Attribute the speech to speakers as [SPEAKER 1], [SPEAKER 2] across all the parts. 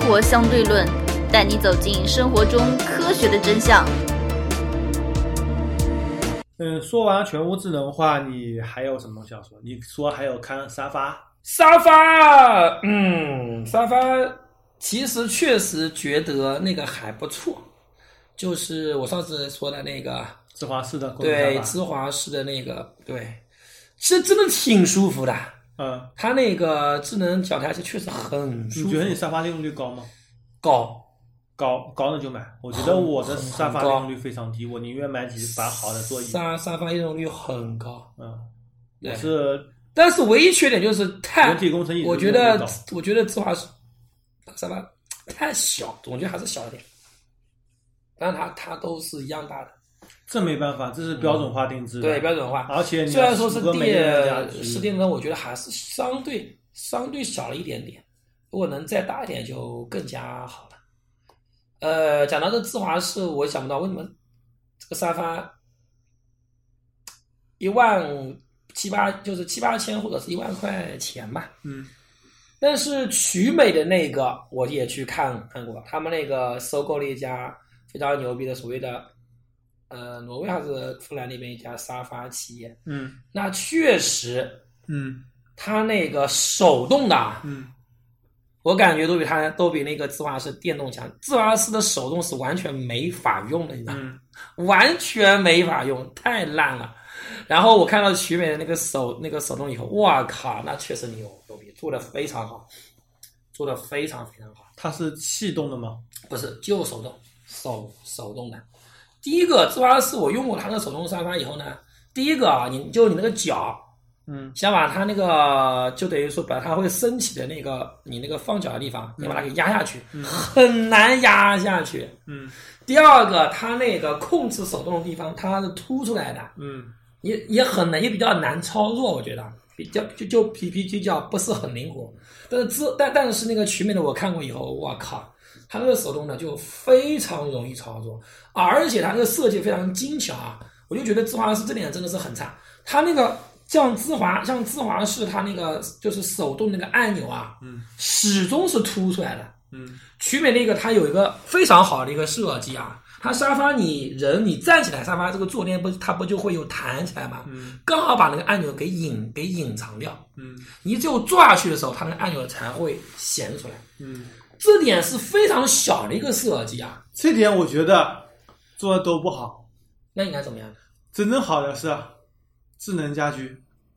[SPEAKER 1] 活相对论》，带你走进生活中科学的真相。
[SPEAKER 2] 嗯，说完全屋智能化，你还有什么想说？你说还有看沙发，
[SPEAKER 3] 沙发，嗯，沙发其实确实觉得那个还不错，就是我上次说的那个，
[SPEAKER 2] 芝华士的公
[SPEAKER 3] 对，
[SPEAKER 2] 用沙
[SPEAKER 3] 芝华士的那个，对，是真的挺舒服的。
[SPEAKER 2] 发，嗯，
[SPEAKER 3] 它那个智能脚踏车确实很舒服，
[SPEAKER 2] 你觉得你沙发利用率高吗？
[SPEAKER 3] 高？
[SPEAKER 2] 高高的就买，我觉得我的沙发
[SPEAKER 3] 很
[SPEAKER 2] 利
[SPEAKER 3] 高
[SPEAKER 2] 用率非常低，我宁愿买几把好的座椅。
[SPEAKER 3] 沙沙发利用率很高，
[SPEAKER 2] 嗯，
[SPEAKER 3] 对
[SPEAKER 2] 我是
[SPEAKER 3] 但是唯一缺点就是太
[SPEAKER 2] 人体工程椅，
[SPEAKER 3] 我觉得，我觉得芝华士沙发太小，总觉得还是小一点。但它它都是一样大的，
[SPEAKER 2] 这没办法，这是标准化定制的，
[SPEAKER 3] 嗯对标准化。
[SPEAKER 2] 而且你
[SPEAKER 3] 虽然说是
[SPEAKER 2] 符合每个人的家
[SPEAKER 3] 电
[SPEAKER 2] 庭
[SPEAKER 3] 是电灯，我觉得还是相对相对小了一点点。如果能再大一点，就更加好了。呃，讲到这芝华士，我想不到为什么这个沙发一万七八，就是七八千或者是一万块钱吧。
[SPEAKER 2] 嗯，
[SPEAKER 3] 但是曲美的那个我也去看看过，他们那个收购了一家非常牛逼的所谓的，呃，挪威还是芬兰那边一家沙发企业。
[SPEAKER 2] 嗯
[SPEAKER 3] 那确实，
[SPEAKER 2] 嗯
[SPEAKER 3] 它那个手动的啊，
[SPEAKER 2] 嗯，
[SPEAKER 3] 我感觉都比它都比那个芝华士电动强。芝华士的手动是完全没法用的，你知道吗？
[SPEAKER 2] 嗯，
[SPEAKER 3] 完全没法用，太烂了。然后我看到曲美的那个手那个手动以后，哇靠，那确实牛牛逼，做的非常好，做的非常非常好。
[SPEAKER 2] 它是气动的吗？
[SPEAKER 3] 不是，就手动，手手动的。第一个芝华士，我用过它的手动沙发以后呢，第一个啊，你就你那个脚，
[SPEAKER 2] 嗯
[SPEAKER 3] 想把它那个，就等于说把它会升起的那个你那个放脚的地方，你把它给压下去，很难压下去。
[SPEAKER 2] 嗯
[SPEAKER 3] 第二个，它那个控制手动的地方，它是凸出来的，
[SPEAKER 2] 嗯
[SPEAKER 3] 也也很难，也比较难操作，我觉得比较就就皮皮比较不是很灵活。但是自但但是那个曲面的我看过以后，我靠，它那个手动的就非常容易操作，而且它那个设计非常精巧啊，我就觉得芝华士这点真的是很差。它那个像芝华像芝华士它那个就是手动那个按钮啊，
[SPEAKER 2] 嗯
[SPEAKER 3] 始终是凸出来的。
[SPEAKER 2] 嗯
[SPEAKER 3] 曲美那个它有一个非常好的一个设计啊，它沙发你人你站起来，沙发这个坐垫不它不就会有弹起来吗？
[SPEAKER 2] 嗯
[SPEAKER 3] 刚好把那个按钮给隐给隐藏掉。
[SPEAKER 2] 嗯
[SPEAKER 3] 你只有坐下去的时候，它那个按钮才会显出来。
[SPEAKER 2] 嗯，
[SPEAKER 3] 这点是非常小的一个设计啊。
[SPEAKER 2] 这点我觉得做的都不好，
[SPEAKER 3] 那应该怎么样？
[SPEAKER 2] 真正好的是智能家居、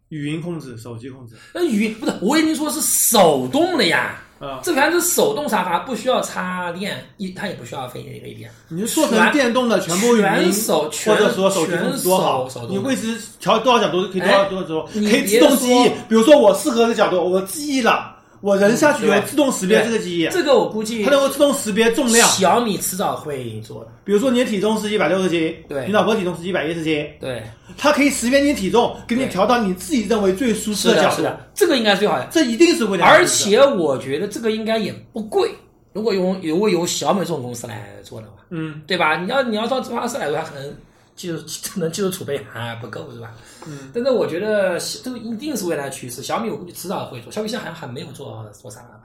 [SPEAKER 2] 语音控制、手机控制
[SPEAKER 3] 那语音不是我已经说是手动的呀，
[SPEAKER 2] 啊，
[SPEAKER 3] 这盘是手动沙发，不需要插电，一它也不需要费费电。
[SPEAKER 2] 你就做成电动的全部语音
[SPEAKER 3] 全手，全
[SPEAKER 2] 或者说手机控制多好
[SPEAKER 3] 全手手，动
[SPEAKER 2] 你位置调多少角度都可以多少
[SPEAKER 3] 哎
[SPEAKER 2] 多少角度，
[SPEAKER 3] 你
[SPEAKER 2] 可以自
[SPEAKER 3] 别
[SPEAKER 2] 动记忆
[SPEAKER 3] 说。
[SPEAKER 2] 比如说我适合的角度，我记忆了，我人下去以后
[SPEAKER 3] 嗯对
[SPEAKER 2] 自动识别
[SPEAKER 3] 对
[SPEAKER 2] 这个记忆，
[SPEAKER 3] 这个我估计
[SPEAKER 2] 它能够自动识别重量。
[SPEAKER 3] 小米迟早会做的。
[SPEAKER 2] 比如说你的体重是一百六十斤，
[SPEAKER 3] 对
[SPEAKER 2] 你老婆体重是一百一十斤，
[SPEAKER 3] 对，
[SPEAKER 2] 它可以识别你体重，给你
[SPEAKER 3] 对
[SPEAKER 2] 调到你自己认为最舒适
[SPEAKER 3] 是
[SPEAKER 2] 角
[SPEAKER 3] 的，
[SPEAKER 2] 度。
[SPEAKER 3] 是的，这个应该是最好的。
[SPEAKER 2] 这一定是会的。
[SPEAKER 3] 而且我觉得这个应该也不贵，如果由如果由小米这种公司来做的话，
[SPEAKER 2] 嗯
[SPEAKER 3] 对吧？你要你要照芝华士来说，它可能技术 可能技术储备还不够，是吧？
[SPEAKER 2] 嗯
[SPEAKER 3] 但是我觉得小这个一定是未来趋势，小米我估计迟早会做，小米现在好像还没有做做啥吧？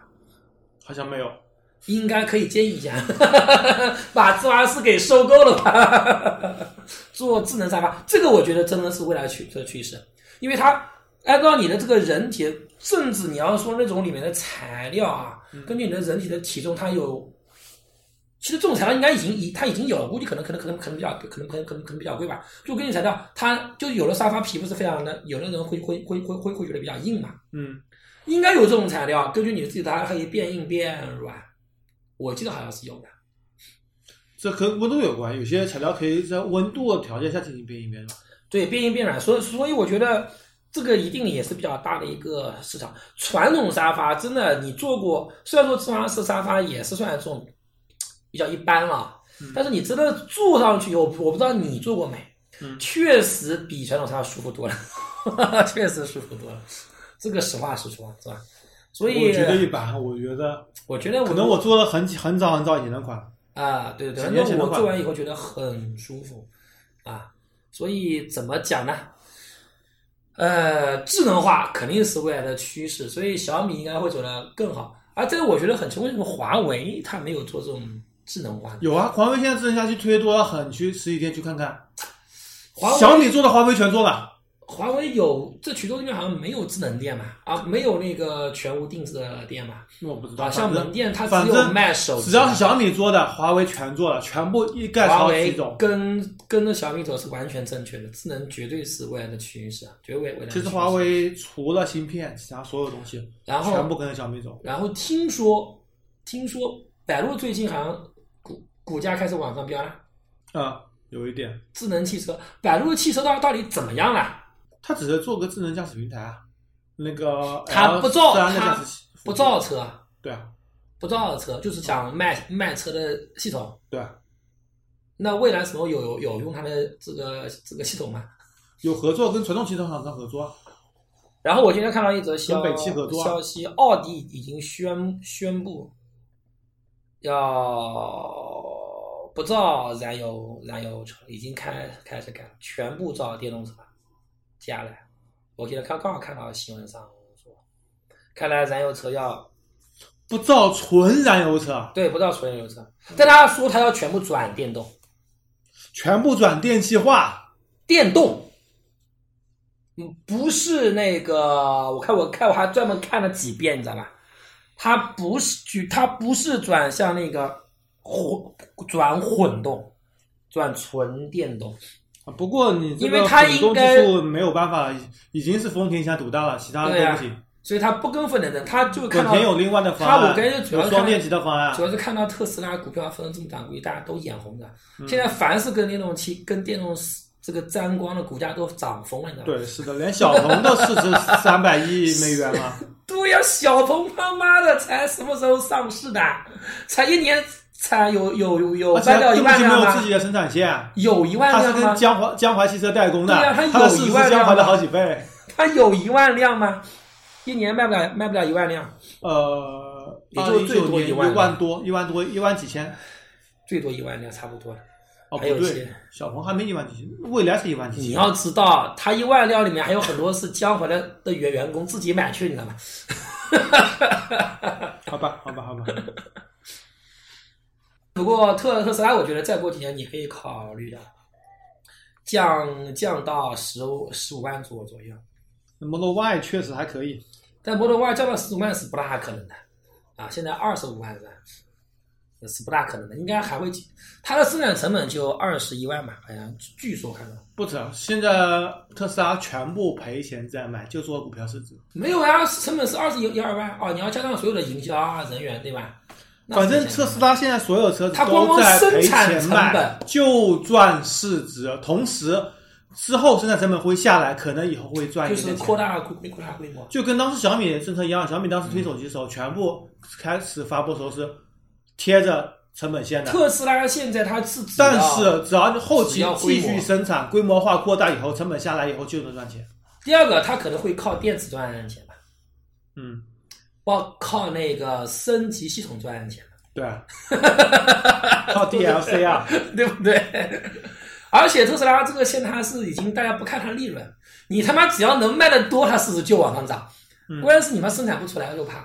[SPEAKER 2] 好像没有。
[SPEAKER 3] 应该可以建议一下， 把芝华士给收购了吧，做智能沙发，这个我觉得真的是未来趋这趋势，因为它按照你的这个人体，甚至你要说那种里面的材料啊，根据你的人体的体重，它有，其实这种材料应该已经已它已经有了，估计可能可能可能可能比较可能可能可能可能比较贵吧，就根据材料，它就有的沙发皮不是非常的，有的人会会会会会会觉得比较硬嘛，
[SPEAKER 2] 嗯
[SPEAKER 3] 应该有这种材料，根据你自己的，它可以变硬变软。我记得好像是有的。
[SPEAKER 2] 这和温度有关，有些材料可以在温度的条件下进行变异变软。
[SPEAKER 3] 对，变硬变软，所以所以我觉得这个一定也是比较大的一个市场。传统沙发真的，你坐过，虽然说芝华士沙发也是算这种比较一般了
[SPEAKER 2] 嗯，
[SPEAKER 3] 但是你真的坐上去以后，我不知道你坐过没，
[SPEAKER 2] 嗯
[SPEAKER 3] 确实比传统沙发舒服多了， 确实舒服多了。这个实话实说，是吧？所以
[SPEAKER 2] 我觉得一般，我觉得
[SPEAKER 3] 我觉得我
[SPEAKER 2] 可能我做了很很早很早以前的款。
[SPEAKER 3] 啊，对对
[SPEAKER 2] 省
[SPEAKER 3] 对，
[SPEAKER 2] 钱省得
[SPEAKER 3] 那我
[SPEAKER 2] 快
[SPEAKER 3] 做完以后觉得很舒服啊，所以怎么讲呢？呃，智能化肯定是未来的趋势，所以小米应该会走得更好。而这个我觉得很奇怪，为什么华为它没有做这种智能化呢？
[SPEAKER 2] 有啊，华为现在智能家居推多了很，去实体店去看看。
[SPEAKER 3] 华为
[SPEAKER 2] 小米做的，华为全做了。
[SPEAKER 3] 华为有这衢州这边好像没有智能店嘛，啊，没有那个全屋定制的店嘛，
[SPEAKER 2] 那我不知道，
[SPEAKER 3] 好像
[SPEAKER 2] 反正
[SPEAKER 3] 门店它
[SPEAKER 2] 反
[SPEAKER 3] 只有
[SPEAKER 2] 正
[SPEAKER 3] 卖手机，
[SPEAKER 2] 只要是小米做的，华为全做了，全部一概
[SPEAKER 3] 华
[SPEAKER 2] 抄袭
[SPEAKER 3] 为
[SPEAKER 2] 走。
[SPEAKER 3] 跟跟着小米走是完全正确的，智能绝对是未来的趋势，啊，绝对未未来的趋
[SPEAKER 2] 其
[SPEAKER 3] 势。
[SPEAKER 2] 实华，为除了芯片，其他所有东西
[SPEAKER 3] 然后
[SPEAKER 2] 全部跟着小米走。
[SPEAKER 3] 然后听说听说百度最近好像股股价开始往上飙了，
[SPEAKER 2] 啊，有一点，
[SPEAKER 3] 智能汽车，百度的汽车到到底怎么样了？
[SPEAKER 2] 它只是做个智能驾驶平台啊。那个
[SPEAKER 3] 它不
[SPEAKER 2] L3
[SPEAKER 3] 造
[SPEAKER 2] 的
[SPEAKER 3] 它
[SPEAKER 2] 驾驶系
[SPEAKER 3] 不造车，
[SPEAKER 2] 对啊，
[SPEAKER 3] 不造车，就是想卖卖车的系统。
[SPEAKER 2] 对啊，
[SPEAKER 3] 那未来什么有有有用它的这个这个系统吗？
[SPEAKER 2] 有合作跟传统汽车厂商合作啊。
[SPEAKER 3] 然后我今天看到一则消
[SPEAKER 2] 跟北汽合作啊
[SPEAKER 3] 消息，奥迪已经宣宣布要不造燃油燃油车，已经开开始改了，全部造电动车。接下来，我今天刚刚好看到新闻上说，看来燃油车要
[SPEAKER 2] 不造纯燃油车，
[SPEAKER 3] 对不造纯燃油车，但他说他要全部转电动，
[SPEAKER 2] 全部转电气化。
[SPEAKER 3] 电动。嗯，不是那个，我看我看我还专门看了几遍，你知道吧？它不是举，它不是转向那个混转混动，转纯电动。
[SPEAKER 2] 啊不过你这
[SPEAKER 3] 因为
[SPEAKER 2] 个
[SPEAKER 3] 它
[SPEAKER 2] 混动技
[SPEAKER 3] 应该
[SPEAKER 2] 术没有办法，已已经是丰田一家独大了，其他的
[SPEAKER 3] 对啊呀
[SPEAKER 2] 都不行。
[SPEAKER 3] 所以它不跟风的人，他就看
[SPEAKER 2] 本
[SPEAKER 3] 到
[SPEAKER 2] 田有另外的方
[SPEAKER 3] 它我
[SPEAKER 2] 案，
[SPEAKER 3] 感觉主要
[SPEAKER 2] 有
[SPEAKER 3] 看
[SPEAKER 2] 双电机的方案
[SPEAKER 3] 主。要是看到特斯拉股票分得这么涨，估计大家都眼红的。现在凡是跟电动汽、跟电动这个沾光的股价都涨疯了，你知道吗？
[SPEAKER 2] 对，是的，连小鹏的市值三百亿美元 了。
[SPEAKER 3] 对呀、小鹏他妈的才什么时候上市的？才一年，才有有有有
[SPEAKER 2] 而且
[SPEAKER 3] 搬到一
[SPEAKER 2] 根本
[SPEAKER 3] 万
[SPEAKER 2] 就没
[SPEAKER 3] 辆
[SPEAKER 2] 有自己
[SPEAKER 3] 吗？
[SPEAKER 2] 的生产线，
[SPEAKER 3] 有一万
[SPEAKER 2] 它是
[SPEAKER 3] 辆
[SPEAKER 2] 跟
[SPEAKER 3] 吗？
[SPEAKER 2] 江淮江淮汽车代工的
[SPEAKER 3] 对呀，它
[SPEAKER 2] 它的
[SPEAKER 3] 有
[SPEAKER 2] 市
[SPEAKER 3] 一
[SPEAKER 2] 值
[SPEAKER 3] 万
[SPEAKER 2] 是江淮
[SPEAKER 3] 辆
[SPEAKER 2] 的
[SPEAKER 3] 吗
[SPEAKER 2] 好几倍。
[SPEAKER 3] 他有一万辆吗？一年卖不了卖不了一万辆，
[SPEAKER 2] 呃，
[SPEAKER 3] 也就最多
[SPEAKER 2] 一
[SPEAKER 3] 一万
[SPEAKER 2] 万多，一万多，一万几千。
[SPEAKER 3] 最多一万辆差不多了。
[SPEAKER 2] 哦，不
[SPEAKER 3] 还有
[SPEAKER 2] 对
[SPEAKER 3] 些，
[SPEAKER 2] 小鹏还没一万几千，未来是一万几千。
[SPEAKER 3] 你要知道，他一万辆里面还有很多是江淮的的员员工自己买去，你知道吗？
[SPEAKER 2] 好吧，好吧，好吧。
[SPEAKER 3] 不过特特斯拉，我觉得再过几年你可以考虑的，降降到十十五万左左右。
[SPEAKER 2] Model Y 确实还可以，
[SPEAKER 3] 但 Model Y 降到十五万是不大可能的，啊，现在二十五万是是不大可能的，应该还会，它的生产成本就二十一万吧，好像据说看到
[SPEAKER 2] 不止。啊现在特斯拉全部赔钱在卖，就做股票市值。
[SPEAKER 3] 没有呀、成本是二十一二万哦，你要加上所有的营销啊、人员对吧？那
[SPEAKER 2] 反正
[SPEAKER 3] 很
[SPEAKER 2] 特斯
[SPEAKER 3] 简单
[SPEAKER 2] 拉现在所有车子
[SPEAKER 3] 它光
[SPEAKER 2] 都
[SPEAKER 3] 光
[SPEAKER 2] 在赔
[SPEAKER 3] 生产
[SPEAKER 2] 钱
[SPEAKER 3] 成
[SPEAKER 2] 卖，
[SPEAKER 3] 本
[SPEAKER 2] 就赚市值，同时之后生产成本会下来，可能以后会赚一点
[SPEAKER 3] 就是
[SPEAKER 2] 点
[SPEAKER 3] 扩
[SPEAKER 2] 钱。
[SPEAKER 3] 大规扩大规模，
[SPEAKER 2] 就跟当时小米政策一样，小米当时推手机的时候，全部开始发布的时候是贴着成本线的，
[SPEAKER 3] 特斯拉现在它是只要
[SPEAKER 2] 但是只要你后
[SPEAKER 3] 只
[SPEAKER 2] 期
[SPEAKER 3] 要规
[SPEAKER 2] 继
[SPEAKER 3] 模
[SPEAKER 2] 续生产，规模化扩大以后，成本下来以后就能赚钱。
[SPEAKER 3] 第二个，它可能会靠电池赚钱吧，
[SPEAKER 2] 嗯，
[SPEAKER 3] 包靠那个升级系统赚钱吧。
[SPEAKER 2] 对啊，靠 DLC 啊，
[SPEAKER 3] 对不对？而且特斯拉这个现在它是已经大家不看它利润，你他妈只要能卖的多，它市值就往上涨。
[SPEAKER 2] 嗯
[SPEAKER 3] 关键是你们生产不出来就怕。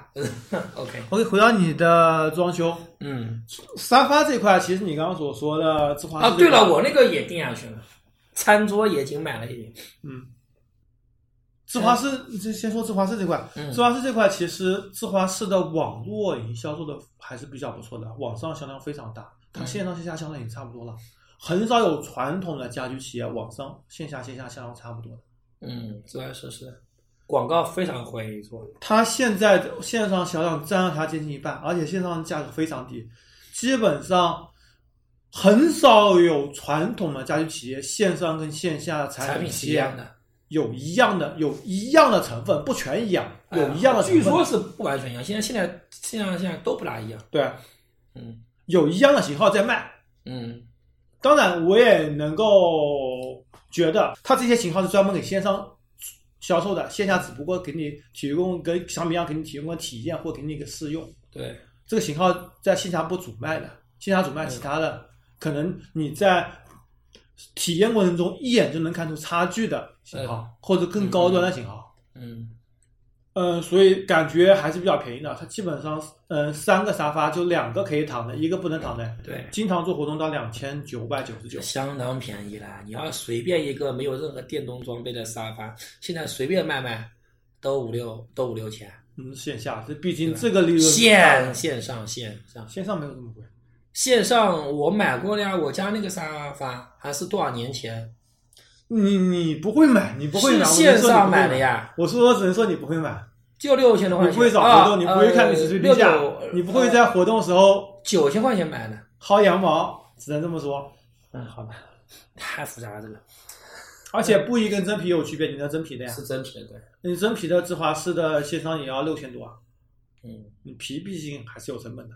[SPEAKER 3] OK，
[SPEAKER 2] OK，回到你的装修，
[SPEAKER 3] 嗯，
[SPEAKER 2] 沙发这块，其实你刚刚所说的自华
[SPEAKER 3] 啊，对了，我那个也定下去了，餐桌也已经买了一点。
[SPEAKER 2] 嗯，自华市，先先说自华市这块，
[SPEAKER 3] 嗯
[SPEAKER 2] 自华市这块其实自华市的网络营销做的还是比较不错的，网上销量非常大，
[SPEAKER 3] 嗯
[SPEAKER 2] 它线上线下销量也差不多了，很少有传统的家居企业网上线下线下销量差不多的。
[SPEAKER 3] 嗯，主要是是广告非常会做，
[SPEAKER 2] 它现在线上销量占了它接近一半，而且线上价格非常低，基本上很少有传统的家居企业线上跟线下的
[SPEAKER 3] 产
[SPEAKER 2] 产
[SPEAKER 3] 品
[SPEAKER 2] 品
[SPEAKER 3] 是
[SPEAKER 2] 企
[SPEAKER 3] 一样
[SPEAKER 2] 业
[SPEAKER 3] 的。
[SPEAKER 2] 有一样的有一样的成分，不全一样，有一样的成分。
[SPEAKER 3] 哎据说是不完全一样，现在现在现在现在都不大一样。
[SPEAKER 2] 对，
[SPEAKER 3] 嗯
[SPEAKER 2] 有一样的型号在卖。
[SPEAKER 3] 嗯，
[SPEAKER 2] 当然，我也能够觉得它这些型号是专门给线上销售的，线下只不过给你提供跟小米一样给你提供个体验或给你一个试用。
[SPEAKER 3] 对，
[SPEAKER 2] 这个型号在线下不主卖的，线下主卖其他的，可能你在体验过程中一眼就能看出差距的型号，或者更高端的型号。
[SPEAKER 3] 嗯
[SPEAKER 2] 嗯，所以感觉还是比较便宜的。它基本上，嗯，三个沙发就两个可以躺的，一个不能躺的。
[SPEAKER 3] 对，
[SPEAKER 2] 经常做活动到两千九百九十九，
[SPEAKER 3] 相当便宜啦！你要随便一个没有任何电动装备的沙发，现在随便卖卖都五六都五六千，
[SPEAKER 2] 嗯，线下这毕竟这个利润
[SPEAKER 3] 线线上线上
[SPEAKER 2] 线上没有这么贵，
[SPEAKER 3] 线上我买过了呀，我家那个沙发还是多少年前，
[SPEAKER 2] 你你不会买，你不会买，
[SPEAKER 3] 是
[SPEAKER 2] 我只能
[SPEAKER 3] 线
[SPEAKER 2] 说你
[SPEAKER 3] 上
[SPEAKER 2] 不会
[SPEAKER 3] 买的。呀，
[SPEAKER 2] 我说只能说你不会买，
[SPEAKER 3] 就六千多块
[SPEAKER 2] 你
[SPEAKER 3] 钱，
[SPEAKER 2] 不会找
[SPEAKER 3] 啊
[SPEAKER 2] 活动，你不会看你随
[SPEAKER 3] 呃
[SPEAKER 2] 评价
[SPEAKER 3] 六九，
[SPEAKER 2] 你不会在活动时候
[SPEAKER 3] 九千块钱买的，
[SPEAKER 2] 薅羊毛，只能这么说。
[SPEAKER 3] 嗯，好吧，太复杂了，这个
[SPEAKER 2] 而且布艺跟真皮有区别，你那真皮的哎呀，
[SPEAKER 3] 是真皮的，对，
[SPEAKER 2] 你真皮的芝华士的线上也要六千多啊，
[SPEAKER 3] 嗯，
[SPEAKER 2] 你皮毕竟还是有成本的，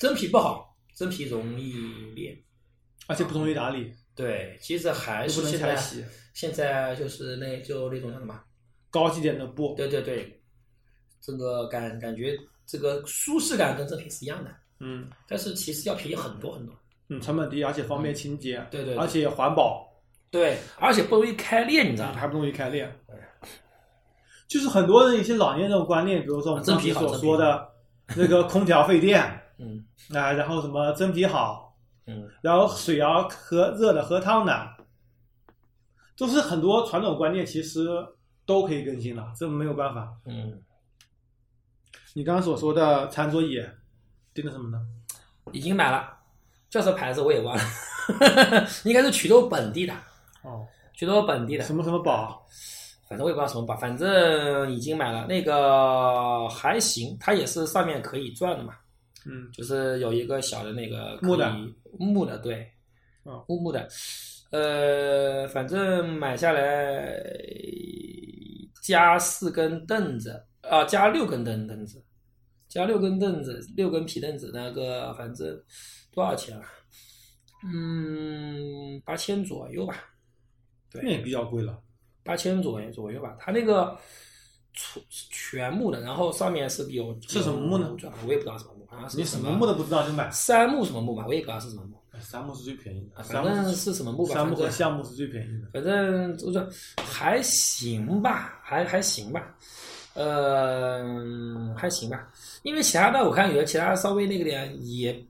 [SPEAKER 3] 真皮不好，真皮容易裂，
[SPEAKER 2] 而且不容易打理，
[SPEAKER 3] 对，其实还
[SPEAKER 2] 又不
[SPEAKER 3] 是
[SPEAKER 2] 能
[SPEAKER 3] 现
[SPEAKER 2] 拆
[SPEAKER 3] 在
[SPEAKER 2] 洗。
[SPEAKER 3] 现在就是那就那种叫什么？
[SPEAKER 2] 高级点的布，
[SPEAKER 3] 对对对，这个感感觉这个舒适感跟真皮是一样的，
[SPEAKER 2] 嗯
[SPEAKER 3] 但是其实要便宜很多很多。
[SPEAKER 2] 嗯，成本低，而且方便清洁，
[SPEAKER 3] 对对对
[SPEAKER 2] 而且也环保，
[SPEAKER 3] 对，而且不容易开裂，你知道吗？
[SPEAKER 2] 还不容易开裂。就是很多人一些老年人的观念，比如说我们
[SPEAKER 3] 真
[SPEAKER 2] 上
[SPEAKER 3] 皮
[SPEAKER 2] 期
[SPEAKER 3] 好
[SPEAKER 2] 所说的那个空调费电 啊、
[SPEAKER 3] 嗯
[SPEAKER 2] 然后什么真皮好，
[SPEAKER 3] 嗯，
[SPEAKER 2] 然后水要喝热的喝烫的，都是很多传统观念其实都可以更新的，这没有办法。
[SPEAKER 3] 嗯，
[SPEAKER 2] 你刚刚所说的餐桌椅，订的什么呢？
[SPEAKER 3] 已经买了，叫什么牌子我也忘了， 应该是衢州本地的，
[SPEAKER 2] 哦，
[SPEAKER 3] 衢州本地的，
[SPEAKER 2] 什么什么宝，
[SPEAKER 3] 反正我也不知道什么吧，反正已经买了，那个还行，它也是上面可以转的嘛，
[SPEAKER 2] 嗯，
[SPEAKER 3] 就是有一个小的那个可以
[SPEAKER 2] 木的
[SPEAKER 3] 木的对，
[SPEAKER 2] 嗯
[SPEAKER 3] 木木的，呃，反正买下来加四根凳子啊、加六根凳凳子，加六根凳子，六根皮凳子，那个反正多少钱啊？嗯，八千左右吧。对
[SPEAKER 2] 那也比较贵了。
[SPEAKER 3] 八千左右左右吧。它那个全全木的，然后上面是有
[SPEAKER 2] 是什么木呢？
[SPEAKER 3] 有我也不知道什么木，好像是
[SPEAKER 2] 你什么木都不知道就买，
[SPEAKER 3] 杉木什么木吧，我也不知道是什么木，
[SPEAKER 2] 杉木是最便宜的，
[SPEAKER 3] 啊
[SPEAKER 2] 杉
[SPEAKER 3] 反
[SPEAKER 2] 木
[SPEAKER 3] 正是什么木吧，
[SPEAKER 2] 杉木
[SPEAKER 3] 反
[SPEAKER 2] 和
[SPEAKER 3] 正
[SPEAKER 2] 橡木是最便宜的。
[SPEAKER 3] 反正就是还行吧，还还行吧，呃，还行吧。因为其他的我看有的其他稍微那个点也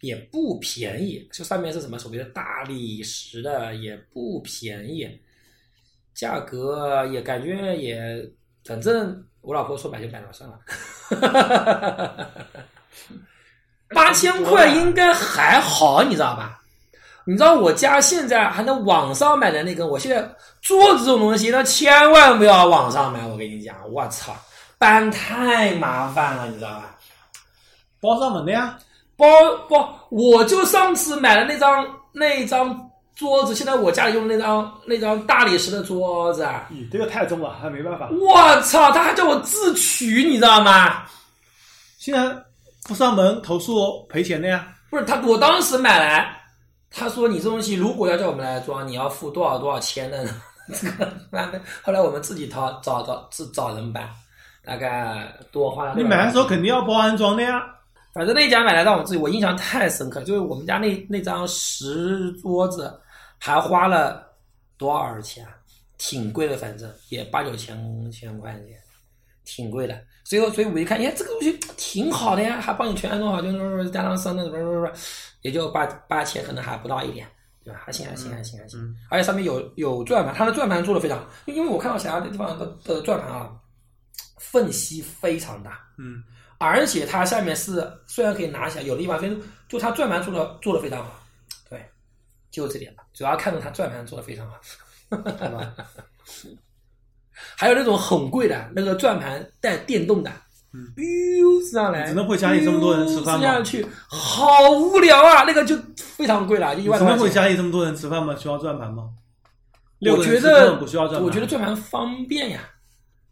[SPEAKER 3] 也不便宜，就上面是什么所谓的大理石的也不便宜，价格也感觉也，反正我老婆说买就买了，算了。 八千块应该还好，你知道吧？你知道我家现在还能网上买的那个，我现在桌子这种东西，那千万不要网上买。我跟你讲，我操，搬太麻烦了，你知道吧？
[SPEAKER 2] 包上门的呀，
[SPEAKER 3] 包包，我就上次买的那张那张桌子，现在我家里用的那张那张大理石的桌子，啊。
[SPEAKER 2] 你这个太重了，还没办法。
[SPEAKER 3] 我操，他还叫我自取，你知道吗？
[SPEAKER 2] 现在不上门投诉赔钱的呀，
[SPEAKER 3] 不是他，我当时买来，他说你这东西如果要叫我们来装，你要付多少多少钱的呢？ 这个妈的，后来我们自己掏找找自找人搬，大概多花了。
[SPEAKER 2] 你买的时候，肯定要包安装的呀。
[SPEAKER 3] 反正那家买来让我自己我印象太深刻，就是我们家那那张石桌子还花了多少钱啊？挺贵的，反正也八九千千块钱，挺贵的。所以，所以我一看，哎，这个东西挺好的呀，还帮你全安装好，就是加上升的，不是不是不是，也就八八千，可能还不到一点，对吧？还行，还行，还行，还行。
[SPEAKER 2] 嗯
[SPEAKER 3] 而且上面有有转盘，它的转盘做的非常好，因为我看到其他的地方的的转盘啊，缝隙非常大，
[SPEAKER 2] 嗯，
[SPEAKER 3] 而且它下面是虽然可以拿起来，有的地方非就它转盘做的做的非常好，对，就这点吧，主要看中它转盘做的非常好。 还有那种很贵的那个转盘带电动的，
[SPEAKER 2] 嗯
[SPEAKER 3] ，biu 上来，
[SPEAKER 2] 只能会家里这么多人吃饭吗
[SPEAKER 3] 咻下去好无聊啊，那个就非常贵了，就一
[SPEAKER 2] 你
[SPEAKER 3] 万
[SPEAKER 2] 真
[SPEAKER 3] 多
[SPEAKER 2] 的
[SPEAKER 3] 块
[SPEAKER 2] 会
[SPEAKER 3] 钱。
[SPEAKER 2] 家里这么多人吃饭吗？需要转盘吗？六
[SPEAKER 3] 我
[SPEAKER 2] 个人
[SPEAKER 3] 觉
[SPEAKER 2] 吃根
[SPEAKER 3] 得
[SPEAKER 2] 本不需要转盘，
[SPEAKER 3] 我觉得转盘方便呀，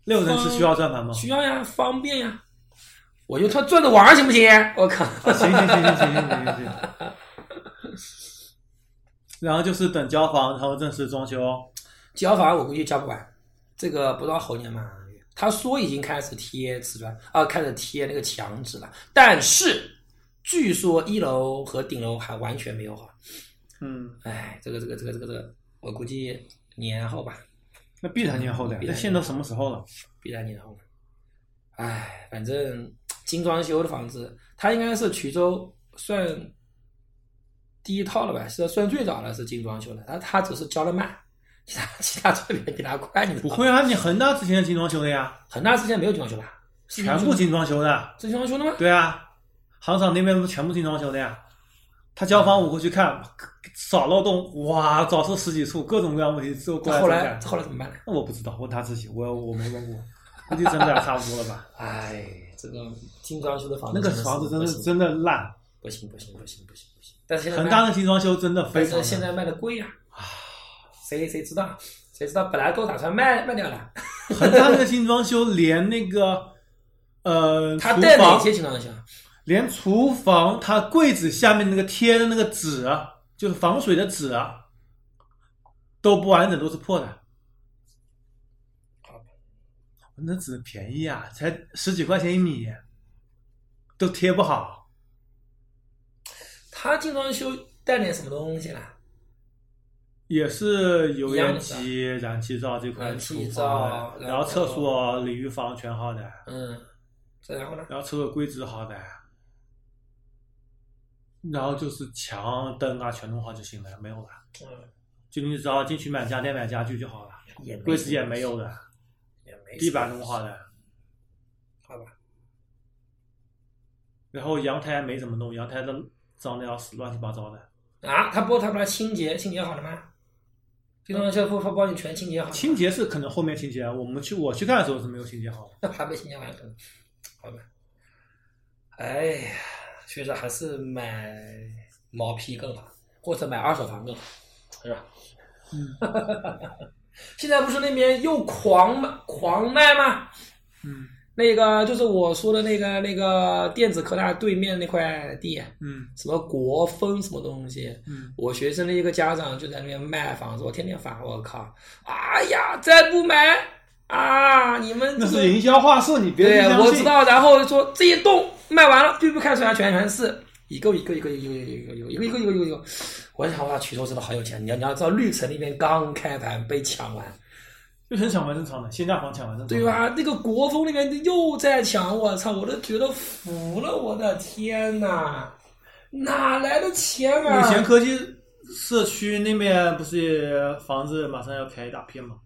[SPEAKER 2] 六个人吃需要转盘吗？
[SPEAKER 3] 需要呀，方便呀，我就他转着玩儿行不行？我靠，
[SPEAKER 2] 啊行行行行行行行行行。然后就是等交房，然后正式装修。哦
[SPEAKER 3] 交房我估计交不完，这个不知道猴年马月。他说已经开始贴瓷砖啊、开始贴那个墙纸了，但是据说一楼和顶楼还完全没有好。
[SPEAKER 2] 嗯，
[SPEAKER 3] 哎，这个这个这个这个这个，我估计年后吧。
[SPEAKER 2] 那必然年后的呀，
[SPEAKER 3] 必
[SPEAKER 2] 那
[SPEAKER 3] 然
[SPEAKER 2] 现在都什么时候了？
[SPEAKER 3] 必然年后。唉，反正精装修的房子，它应该是衢州算第一套了吧，是算最早了，是精装修的。它它只是交的慢，其他其他 这边比它快，你知
[SPEAKER 2] 不
[SPEAKER 3] 道吗？
[SPEAKER 2] 会啊，你恒大之前精装修的呀，
[SPEAKER 3] 恒大之前没有精装修吧？是精
[SPEAKER 2] 全
[SPEAKER 3] 装修
[SPEAKER 2] 部精装修的。
[SPEAKER 3] 是精装修的吗？
[SPEAKER 2] 对啊，杭厂那边不全部精装修的呀？他交房我过去看，少漏洞，哇，早出十几处，各种各样问题，最后过
[SPEAKER 3] 那
[SPEAKER 2] 来
[SPEAKER 3] 后
[SPEAKER 2] 整
[SPEAKER 3] 来
[SPEAKER 2] 改
[SPEAKER 3] 后来怎么办呢？
[SPEAKER 2] 那我不知道，问他自己，我我没问过，估计整改差不多了吧？
[SPEAKER 3] 唉，这个精装修的房子
[SPEAKER 2] 那个房子真的真的烂，
[SPEAKER 3] 不行不行不行不行不行，但是现在
[SPEAKER 2] 恒
[SPEAKER 3] 卖
[SPEAKER 2] 大的精装修真的非
[SPEAKER 3] 但
[SPEAKER 2] 常
[SPEAKER 3] 是现
[SPEAKER 2] 烂。
[SPEAKER 3] 在卖的贵呀、啊，谁谁知道？谁知道本来都打算卖卖掉了，
[SPEAKER 2] 恒大那个精装修连那个呃
[SPEAKER 3] 他
[SPEAKER 2] 厨
[SPEAKER 3] 带哪
[SPEAKER 2] 房
[SPEAKER 3] 些情况下？
[SPEAKER 2] 连厨房它柜子下面那个贴的那个纸，啊就是防水的纸，啊都不完整，都是破的。那纸便宜啊，才十几块钱一米，都贴不好。
[SPEAKER 3] 他精装修带点什么东西啦？
[SPEAKER 2] 也是油
[SPEAKER 3] 一样
[SPEAKER 2] 烟
[SPEAKER 3] 的
[SPEAKER 2] 机、燃气灶这块
[SPEAKER 3] 燃
[SPEAKER 2] 厨
[SPEAKER 3] 气
[SPEAKER 2] 房
[SPEAKER 3] 灶啊
[SPEAKER 2] 的，然后
[SPEAKER 3] 然后
[SPEAKER 2] 厕所、淋浴房全好的，
[SPEAKER 3] 嗯，再然后呢？
[SPEAKER 2] 然后厕所柜子好的，然后就是墙灯啊全弄好就行了，没有了。
[SPEAKER 3] 嗯，
[SPEAKER 2] 就你只要进去买家电、买家具就好了，
[SPEAKER 3] 也没
[SPEAKER 2] 柜子也没有的，
[SPEAKER 3] 也没
[SPEAKER 2] 地板弄好的，
[SPEAKER 3] 好吧？
[SPEAKER 2] 然后阳台没怎么弄，阳台都脏的要死，乱七八糟的。
[SPEAKER 3] 啊，他不他不来清洁清洁好了吗？精装修不不帮你全清洁好了吗？
[SPEAKER 2] 清洁是可能后面清洁，啊我们去我去干的时候是没有清洁好的。
[SPEAKER 3] 那还没新疆完成，好吧？哎呀，所以说还是买毛坯更好，或者买二手房更好，是吧？嗯，现在不是那边又狂卖狂卖吗？
[SPEAKER 2] 嗯
[SPEAKER 3] 那个就是我说的那个那个电子科大对面那块地，
[SPEAKER 2] 嗯
[SPEAKER 3] 什么国风什么东西，
[SPEAKER 2] 嗯，
[SPEAKER 3] 我学生的一个家长就在那边卖房子，我天天烦，我靠！哎呀，再不买啊，你们
[SPEAKER 2] 那
[SPEAKER 3] 这个
[SPEAKER 2] 是营销话术，你别去
[SPEAKER 3] 对，啊
[SPEAKER 2] 相信
[SPEAKER 3] 我知。道。然后说这一栋卖完了，就不看出来全全是一个一个一个一个一个一个一个一个一个一个一个。我想哇，衢州真的好有钱！你要你要知道，绿城那边刚开盘被抢完，
[SPEAKER 2] 就很抢完正常的，限价房抢完正常。
[SPEAKER 3] 对？吧？那个国风那边又在抢，我操！我都觉得服了，我的天呐，哪来的钱啊？
[SPEAKER 2] 以前科技社区那边不是房子马上要开一大片吗？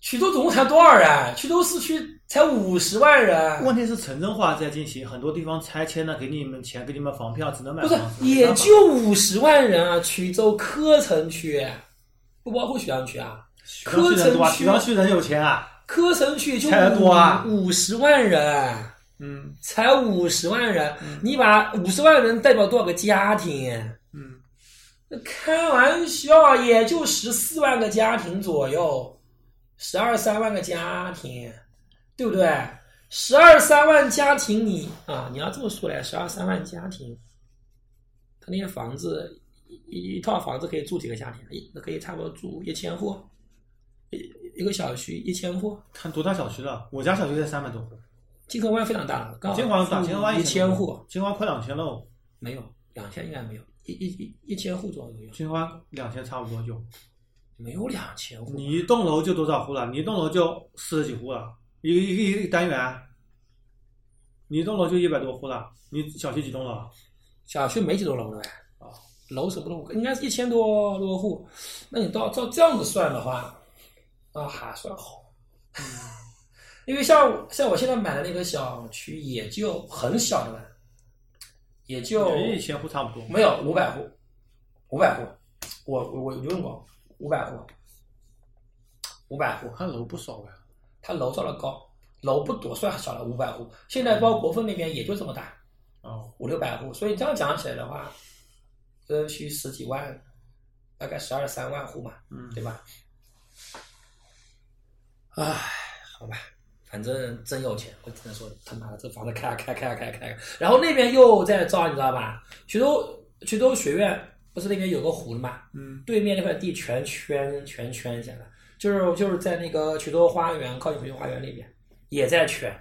[SPEAKER 3] 衢州总共才多少人？衢州市区才五十万人。
[SPEAKER 2] 问题是城镇化在进行，很多地方拆迁了，给你们钱，给你们房票，只能买
[SPEAKER 3] 不是
[SPEAKER 2] 房，子。没
[SPEAKER 3] 也
[SPEAKER 2] 办法
[SPEAKER 3] 就五十万人啊！衢州柯城区，不包括许阳区啊。
[SPEAKER 2] 许昌区人多啊，
[SPEAKER 3] 柯城区
[SPEAKER 2] 许昌区人有钱啊。
[SPEAKER 3] 柯城区就
[SPEAKER 2] 才多啊
[SPEAKER 3] 五十万人，
[SPEAKER 2] 嗯
[SPEAKER 3] 才五十万人，你把五十万人代表多少个家庭？
[SPEAKER 2] 嗯。
[SPEAKER 3] 开玩笑，啊也就十四万个家庭左右，十二三万个家庭，对不对？十二三万家庭你，啊，你要这么说来，十二三万家庭，他那些房子一一套房子可以住几个家庭？一可以差不多住一千户，一一个小区一千户，
[SPEAKER 2] 看多大小区了？我家小区才三百多户，
[SPEAKER 3] 金河湾非常大了，刚好
[SPEAKER 2] 金华打金华
[SPEAKER 3] 啊一千
[SPEAKER 2] 多
[SPEAKER 3] 户
[SPEAKER 2] 户，金华快两千喽，
[SPEAKER 3] 没有，两千应该没有，一一一一千户左右有，
[SPEAKER 2] 金华两千差不多就。
[SPEAKER 3] 没有两千户。
[SPEAKER 2] 你一栋楼就多少户了？你一栋楼就四十几户了，一个一个一个单元，你一栋楼就一百多户了。你小区几栋楼？啊
[SPEAKER 3] 小区没几栋楼了呗，啊
[SPEAKER 2] 哦
[SPEAKER 3] 楼什么楼应该是一千多多户，那你照照这样子算的话，啊还算好，
[SPEAKER 2] 嗯
[SPEAKER 3] 因为像我像我现在买的那个小区也就很小的了，也就
[SPEAKER 2] 也一千户差不多。
[SPEAKER 3] 没有五百户，五百户，我我我用过五百户，五百户
[SPEAKER 2] 我，看楼不少呀、
[SPEAKER 3] 它楼造的高，楼不多，算小了五百户。现在包括国风那边也就这么大，
[SPEAKER 2] 哦，
[SPEAKER 3] 五六百户。所以这样讲起来的话，这区十几万，大概十二三万户嘛，
[SPEAKER 2] 嗯，
[SPEAKER 3] 对吧？唉，好吧，反正真有钱，我只能说他妈的这房子开啊开啊开啊开啊开啊！然后那边又在造，你知道吧？衢州衢州学院不是那边有个湖的嘛？
[SPEAKER 2] 嗯
[SPEAKER 3] 对面那块地全圈全圈起来了，就是就是在那个衢州花园靠近衢州花园那边也在圈。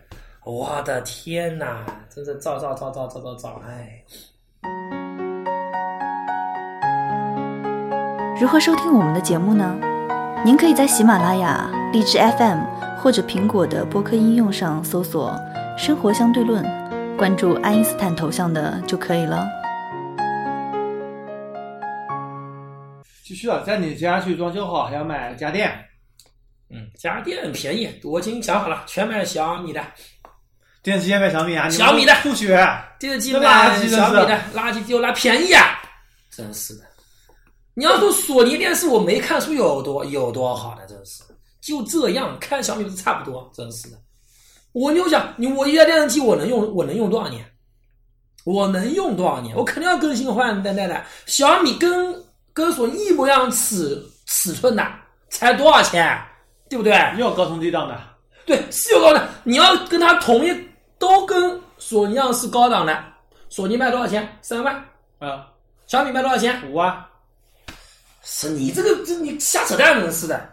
[SPEAKER 3] 我的天呐，真是造造造造造造造，哎，
[SPEAKER 4] 如何收听我们的节目呢？您可以在喜马拉雅、荔枝 FM 或者苹果的播客应用上搜索“生活相对论”，关注爱因斯坦头像的就可以了。
[SPEAKER 2] 继续啊，在你家去装修好，还要买家电，
[SPEAKER 3] 嗯，家电便宜，我已经想好了，全买小米的，
[SPEAKER 2] 电视机也买小米啊，你们
[SPEAKER 3] 小米的
[SPEAKER 2] 吐血，
[SPEAKER 3] 电视机
[SPEAKER 2] 这垃
[SPEAKER 3] 买
[SPEAKER 2] 圾真
[SPEAKER 3] 小米
[SPEAKER 2] 是
[SPEAKER 3] 的，垃圾丢垃便宜啊！真是的，你要说索尼电视我没看出有多有多好的，真是就这样，看小米不是差不多，真是的。我就想，你我一台电视机我能用我能用多少年？我能用多少年？我肯定要更新换代代的。小米跟跟索尼一模一样尺尺寸的，才多少钱？对不对？
[SPEAKER 2] 也有高通低档的，
[SPEAKER 3] 对，是有高档，你要跟它同一，都跟索尼一样是高档的。索尼卖多少钱？三万。
[SPEAKER 2] 啊，
[SPEAKER 3] 小米卖多少钱？
[SPEAKER 2] 五万，
[SPEAKER 3] 是你这个这你瞎扯淡，真是的。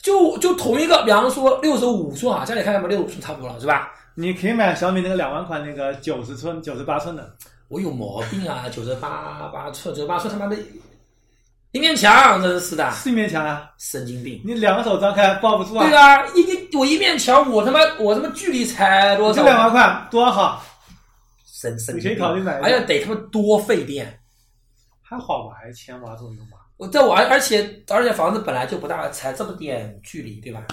[SPEAKER 3] 就就同一个，比方说六十五寸啊，家里看看吧，六十五寸差不多了是吧？
[SPEAKER 2] 你可以买小米那个两万块那个九十寸、九十八寸的，
[SPEAKER 3] 我有毛病啊，九十八八寸，九十八寸他妈的一面墙，真是的，
[SPEAKER 2] 四面墙啊，
[SPEAKER 3] 神经病。
[SPEAKER 2] 你两个手张开抱不住啊，
[SPEAKER 3] 嗯对啊，一一我一面墙，我他妈我他妈距离才多
[SPEAKER 2] 这
[SPEAKER 3] 少？
[SPEAKER 2] 两万块多好，
[SPEAKER 3] 神神
[SPEAKER 2] 你
[SPEAKER 3] 经
[SPEAKER 2] 可以
[SPEAKER 3] 病，
[SPEAKER 2] 考虑买一个
[SPEAKER 3] 哎呀，得他妈多费电。
[SPEAKER 2] 还好吧，还是千瓦左右嘛，
[SPEAKER 3] 我在我而而且而且房子本来就不大，才这么点距离，对吧？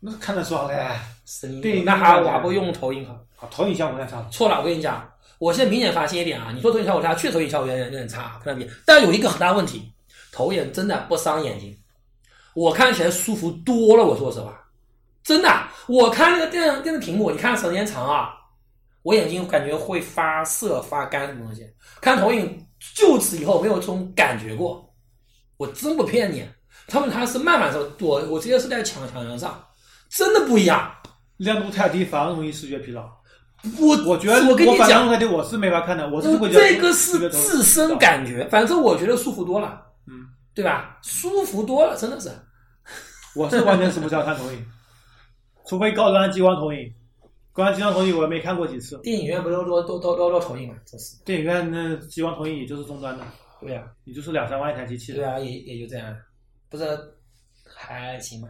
[SPEAKER 2] 那看得爽嘞，
[SPEAKER 3] 声音
[SPEAKER 2] 对
[SPEAKER 3] 那
[SPEAKER 2] 那
[SPEAKER 3] 还
[SPEAKER 2] 个
[SPEAKER 3] 瓦不用投影好。
[SPEAKER 2] 啊，投影效果太差了，
[SPEAKER 3] 错了，我跟你讲，我现在明显发现一点啊，你说投影效果差，确实投影效果有点有点差，跟它比。但有一个很大问题，投影真的不伤眼睛，我看起来舒服多了。我说实话，真的，我看那个电电视屏幕，你看时间长啊，我眼睛感觉会发涩、发干什么东西。看投影，就此以后没有这种感觉过，我真不骗你。他们他是慢慢收，我我直接是在墙墙上上，真的不一样。
[SPEAKER 2] 亮度太低反而容易视觉疲劳。
[SPEAKER 3] 我
[SPEAKER 2] 我觉得
[SPEAKER 3] 我跟你
[SPEAKER 2] 反
[SPEAKER 3] 讲
[SPEAKER 2] 正，太低，我是没法看的，我是会觉得
[SPEAKER 3] 这个是自身，感觉，反正我觉得舒服多了，
[SPEAKER 2] 嗯，
[SPEAKER 3] 对吧？舒服多了，真的是。
[SPEAKER 2] 我是完全使不上看投 影，除非高端激光投影，高端激光投影我也没看过几次，
[SPEAKER 3] 电影院不都都都都都都投影嘛，真是。
[SPEAKER 2] 电影院那激光投影也就是终端的，
[SPEAKER 3] 对呀、
[SPEAKER 2] 也就是两三万一台机器
[SPEAKER 3] 对
[SPEAKER 2] 的，
[SPEAKER 3] 呀、也也就这样，不是还行吧？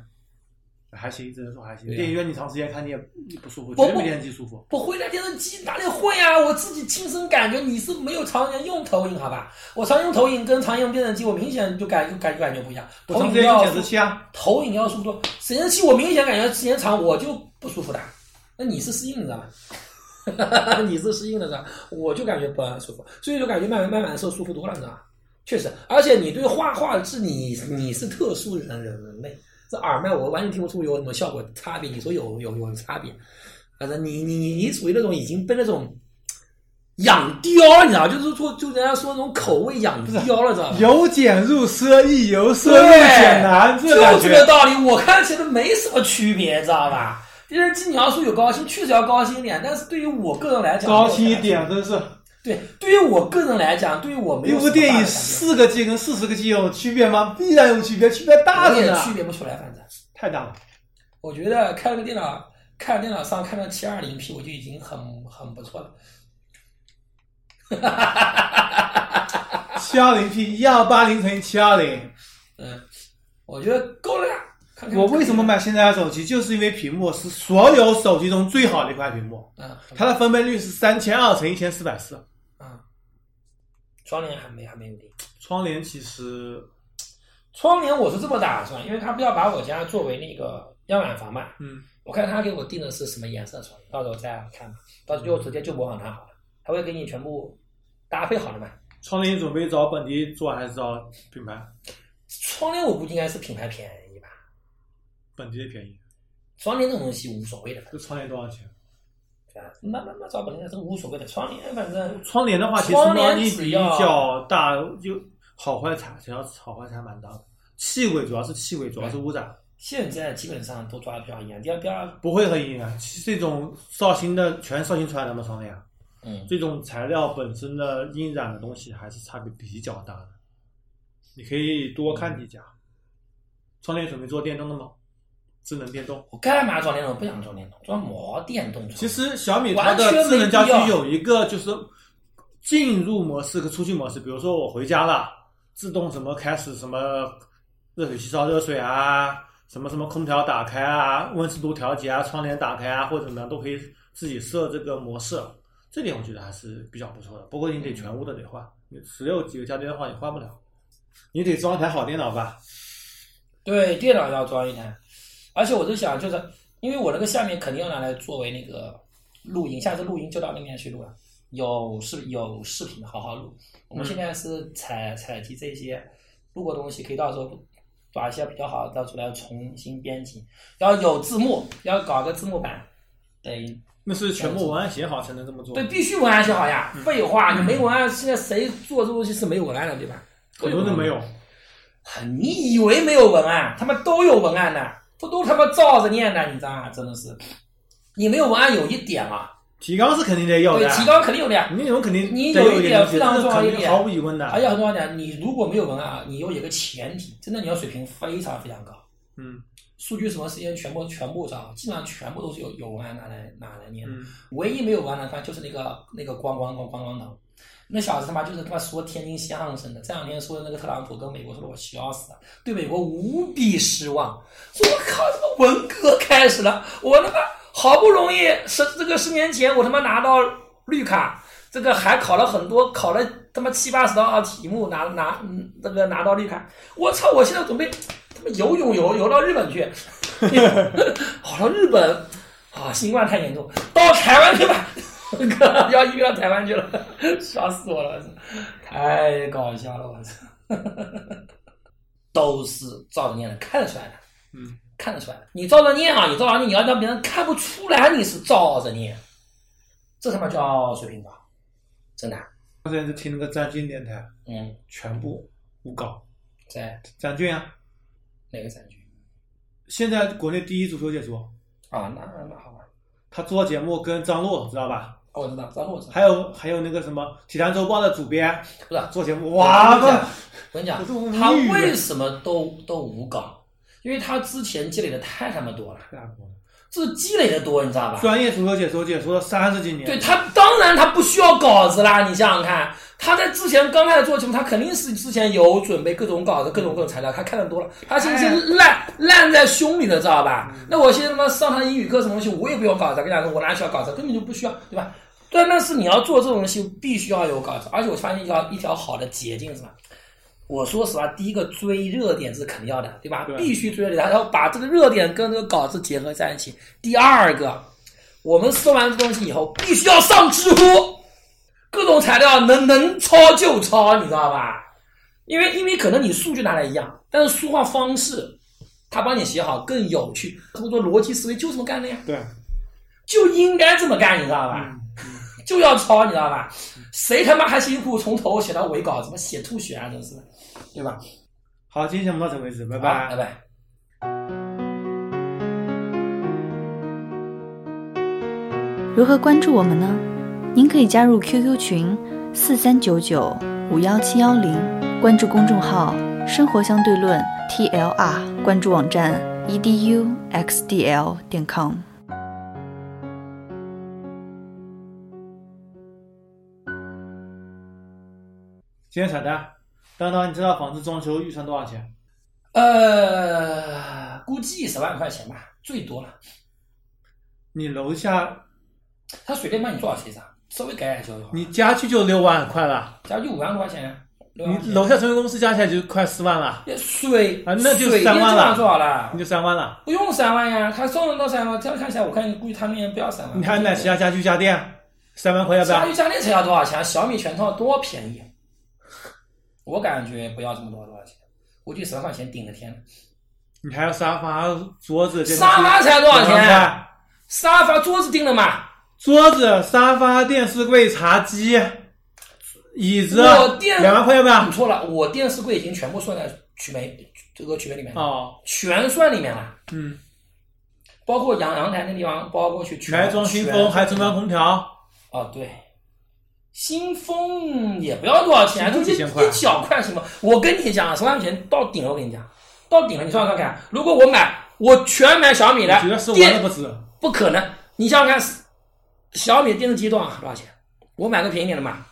[SPEAKER 2] 还行，只能说还行。
[SPEAKER 3] 对啊
[SPEAKER 2] 电影院你长时间看你也不舒服，
[SPEAKER 3] 不
[SPEAKER 2] 绝对没电视机舒服。
[SPEAKER 3] 不会的，电视机哪里会啊？我自己亲身感觉，你是没有常年用投影，好吧？我常用投影跟常用电视机，我明显就感就感就感觉不一样。
[SPEAKER 2] 我
[SPEAKER 3] 投
[SPEAKER 2] 长
[SPEAKER 3] 影
[SPEAKER 2] 时间
[SPEAKER 3] 要
[SPEAKER 2] 用显示器啊，
[SPEAKER 3] 投影要舒服多，时间器我明显感觉时间长我就不舒服的。那你是适应的是吧？你是适应的是吧？我就感觉不很舒服，所以就感觉慢慢慢慢的时候舒服多了，你知道吧？确实，而且你对画画是你你是特殊人人人类，这耳麦我完全听不出有什么效果差别。你说有有有差别，反正你你你你属于那种已经被那种养刁，你知道吧，就是说就人家说那种口味养刁了，知道吧？
[SPEAKER 2] 由俭入奢易，由奢
[SPEAKER 3] 对
[SPEAKER 2] 入俭难，这感
[SPEAKER 3] 就这个
[SPEAKER 2] 觉。
[SPEAKER 3] 道理，我看起来没什么区别，知道吧？电视机你要说有高清，确实要高清一点，但是对于我个人来讲，
[SPEAKER 2] 高清一点，真是
[SPEAKER 3] 对，对于我个人来讲，对于我没
[SPEAKER 2] 一
[SPEAKER 3] 有
[SPEAKER 2] 部电影四个 G 跟四十个 G 有区别吗？必然有区别，区别大
[SPEAKER 3] 大
[SPEAKER 2] 着
[SPEAKER 3] 点
[SPEAKER 2] 呢，
[SPEAKER 3] 区别不出来，反正
[SPEAKER 2] 太大了。
[SPEAKER 3] 我觉得开个电脑，看电脑上看到七二零 P 我就已经很很不错了。
[SPEAKER 2] 七二零 P 一二八零乘以七二零。
[SPEAKER 3] 嗯，我觉得够了呀。看看
[SPEAKER 2] 我为什么？买现在的手机，就是因为屏幕是所有手机中最好的一块屏幕，
[SPEAKER 3] 嗯，
[SPEAKER 2] 它的分辨率是三千二乘一千四百四。
[SPEAKER 3] 嗯，窗帘还没还没有定。
[SPEAKER 2] 窗帘其实，
[SPEAKER 3] 窗帘我是这么打算，因为他不要把我家作为那个样板房嘛。
[SPEAKER 2] 嗯，
[SPEAKER 3] 我看他给我定的是什么颜色窗帘，到时候再看吧。到时候就直接就模仿他好了，他会给你全部搭配好的嘛。
[SPEAKER 2] 窗帘准备找本地做还是找品牌？
[SPEAKER 3] 窗帘我估计应该是品牌便宜吧，
[SPEAKER 2] 本地的便宜。
[SPEAKER 3] 窗帘这种东西无所谓的，
[SPEAKER 2] 这窗帘多少钱？
[SPEAKER 3] 对吧？慢慢慢找本来是无所谓的，窗帘反正
[SPEAKER 2] 窗帘的话，其实
[SPEAKER 3] 窗帘
[SPEAKER 2] 猫腻
[SPEAKER 3] 只
[SPEAKER 2] 比
[SPEAKER 3] 要
[SPEAKER 2] 较大，就好坏差，只要好坏差蛮大的。气味主要是气味，主要是污染，
[SPEAKER 3] 现在基本上都抓的比较严，第二第二，
[SPEAKER 2] 不会很影响。其实这种绍兴的全绍兴出来的嘛窗帘，
[SPEAKER 3] 嗯，
[SPEAKER 2] 这种材料本身的阴染的东西还是差别比较大的。你可以多看几家。窗帘准备做电动的吗？智能电动。
[SPEAKER 3] 我干嘛装电动？我不想装电动，装毛电动窗。
[SPEAKER 2] 其实小米它的智能家居有一个就是进入模式和出去模式，比如说我回家了，自动什么开始什么热水器烧热水啊，什么什么空调打开啊，温湿度调节啊，窗帘打开啊，或者怎么样都可以自己设这个模式。这点我觉得还是比较不错的。不过你得全屋的得换，你只有几个家电的话你换不了，你得装一台好电脑吧？
[SPEAKER 3] 对，电脑要装一台，而且我就想，就是因为我那个下面肯定要拿来作为那个录音，下次录音就到那面去录了，有视有视频好好录。我们
[SPEAKER 2] 嗯
[SPEAKER 3] 现在是采采集这些录过的东西，可以到时候把一些比较好的到出来重新编辑，要有字幕，要搞个字幕版，等
[SPEAKER 2] 那是全部文案写好才能这么做。
[SPEAKER 3] 对，必须文案写好呀！废话，你没文案，现在谁做这东西是没文案的，对吧？
[SPEAKER 2] 很多人都没有。
[SPEAKER 3] 你以为没有文案？他们都有文案的，不都他妈照着念的，你知道吗？真的是，你没有文案有一点啊，
[SPEAKER 2] 提纲是肯定得有
[SPEAKER 3] 对
[SPEAKER 2] 的，，
[SPEAKER 3] 提纲肯定有的呀。
[SPEAKER 2] 你内容肯定
[SPEAKER 3] 你
[SPEAKER 2] 得
[SPEAKER 3] 有一
[SPEAKER 2] 一
[SPEAKER 3] 点
[SPEAKER 2] 东西
[SPEAKER 3] 非常
[SPEAKER 2] 这
[SPEAKER 3] 重
[SPEAKER 2] 是
[SPEAKER 3] 要一
[SPEAKER 2] 肯定
[SPEAKER 3] 点哎
[SPEAKER 2] 毫无疑问
[SPEAKER 3] 而
[SPEAKER 2] 的。
[SPEAKER 3] 且很重要一点，你如果没有文案啊，你有一个前提，真的你要水平非常非常高，
[SPEAKER 2] 嗯
[SPEAKER 3] 数据什么时间全部全部找，基本上全部都是有有文案拿来拿来念的。
[SPEAKER 2] 嗯，
[SPEAKER 3] 唯一没有玩的，他就是那个那个咣咣咣咣咣的，那小子他妈就是他妈说天津相声的，这两天说的那个特朗普跟美国说的，我笑死了，对美国无比失望，说我靠，这个文革开始了，我他妈好不容易十这个十年前我他妈拿到绿卡，这个还考了很多，考了他妈七八十道题目，拿拿嗯那个拿到绿卡，我操，我现在准备他妈游泳游游到日本去， 跑到日本啊，新冠太严重，到台湾去吧， 哥要移民到台湾去了， 笑死我了，太搞笑了，我操， 都是照着念的，看得出来的，
[SPEAKER 2] 嗯，
[SPEAKER 3] 看得出来的，你照着念啊，你照着念，你要让别人看不出来你是照着念，这他妈叫水平高，真的，啊
[SPEAKER 2] 刚才就听那个张军电台，
[SPEAKER 3] 嗯，
[SPEAKER 2] 全部无稿。
[SPEAKER 3] 在
[SPEAKER 2] 张军啊，
[SPEAKER 3] 哪个展区
[SPEAKER 2] 现在国内第一足球解说，
[SPEAKER 3] 啊？那那好玩，
[SPEAKER 2] 他做节目跟张璐知道吧？
[SPEAKER 3] 哦，我知道，知道我知道，
[SPEAKER 2] 还有还有那个什么《体坛周报》的主编
[SPEAKER 3] 不是。
[SPEAKER 2] 做节目，
[SPEAKER 3] 哇
[SPEAKER 2] 哇，那
[SPEAKER 3] 我跟你讲
[SPEAKER 2] 我都无，语
[SPEAKER 3] 他
[SPEAKER 2] 了
[SPEAKER 3] 为什么都都无稿？因为他之前积累的太他妈多了，
[SPEAKER 2] 太大锅了
[SPEAKER 3] 这积累的多，你知道吧？
[SPEAKER 2] 专业足球解说解说了三十几年，
[SPEAKER 3] 对他，当然他不需要稿子啦。你想想看，他在之前刚开始做节目，他肯定是之前有准备各种稿子、各种各种材料，他看的多了，他现在
[SPEAKER 2] 哎
[SPEAKER 3] 是烂、烂在胸里的，知道吧？那我现在他妈上他英语课什么东西，我也不用稿子，跟你讲，我哪需要稿子，根本就不需要，对吧？对，但是你要做这种东西，必须要有稿子，而且我发现一条一条好的捷径是什么？我说实话，第一个追热点是肯定要的，对吧？
[SPEAKER 2] 对
[SPEAKER 3] 必须追热点，然后把这个热点跟这个稿子结合在一起。第二个，我们搜完这东西以后，必须要上知乎，各种材料能能抄就抄，你知道吧？因为因为可能你数据拿来一样，但是书画方式，他帮你写好更有趣，或者说逻辑思维就这么干的呀，
[SPEAKER 2] 对，
[SPEAKER 3] 就应该这么干，你知道吧？
[SPEAKER 2] 嗯
[SPEAKER 3] 就要抄，你知道吧？谁他妈还辛苦从头写到尾稿，怎么写吐血啊？真是的，对吧？
[SPEAKER 2] 好，今天节目到此为止，拜
[SPEAKER 3] 好
[SPEAKER 2] 拜
[SPEAKER 3] 拜。拜。
[SPEAKER 4] 如何关注我们呢？您可以加入 QQ 群四三九九五幺七幺零，关注公众号“生活相对论 ”TLR，关注网站 E eduxdl 点 com。
[SPEAKER 2] 今天彩蛋，当当，你知道房子装修预算多少钱？
[SPEAKER 3] 呃，估计十万块钱吧，最多了。
[SPEAKER 2] 你楼下
[SPEAKER 3] 他随便帮你做好协商，稍微改改就好。
[SPEAKER 2] 你家具就六万块了，
[SPEAKER 3] 假如五万块钱，六万块
[SPEAKER 2] 你
[SPEAKER 3] 钱
[SPEAKER 2] 楼下装修公司加起来就快四万了，
[SPEAKER 3] 也水
[SPEAKER 2] 啊那就
[SPEAKER 3] 水
[SPEAKER 2] 三
[SPEAKER 3] 电
[SPEAKER 2] 万
[SPEAKER 3] 这样
[SPEAKER 2] 了
[SPEAKER 3] 做好了
[SPEAKER 2] 你，就三万了。
[SPEAKER 3] 不用三万呀，他送人到三万，这样看起来我看估计他们也不要三万。
[SPEAKER 2] 你还买其他家具家电，三万块要不
[SPEAKER 3] 家
[SPEAKER 2] 要
[SPEAKER 3] 具？家电才要多少钱？啊小米全套多便宜，啊我感觉不要这么多多少钱，估计十万块钱顶了天了。
[SPEAKER 2] 你还要沙发、桌子、电视机
[SPEAKER 3] 沙发才多少
[SPEAKER 2] 两万
[SPEAKER 3] 钱？
[SPEAKER 2] 块
[SPEAKER 3] 沙发桌子定了嘛？
[SPEAKER 2] 桌子、沙发、电视柜、茶几、椅子
[SPEAKER 3] 我，电
[SPEAKER 2] 两万块要不要
[SPEAKER 3] 你？错了，我电视柜已经全部算在曲梅这个曲梅里面了，
[SPEAKER 2] 哦，
[SPEAKER 3] 全算里面了，
[SPEAKER 2] 嗯，
[SPEAKER 3] 包括阳阳台那地方，包括去
[SPEAKER 2] 你
[SPEAKER 3] 全
[SPEAKER 2] 还装新风，还中央空调，
[SPEAKER 3] 哦，对，新风也不要多少钱，就
[SPEAKER 2] 新风几
[SPEAKER 3] 一
[SPEAKER 2] 千块
[SPEAKER 3] 一小块新风。我跟你讲，十万块钱到顶了，我跟你讲，到顶了，你算算看，如果我买，我全买小米
[SPEAKER 2] 我
[SPEAKER 3] 的
[SPEAKER 2] 觉得是玩
[SPEAKER 3] 电
[SPEAKER 2] 的，不止。
[SPEAKER 3] 不可能。你想想看，小米电视机多少多少钱？我买个便宜点的嘛，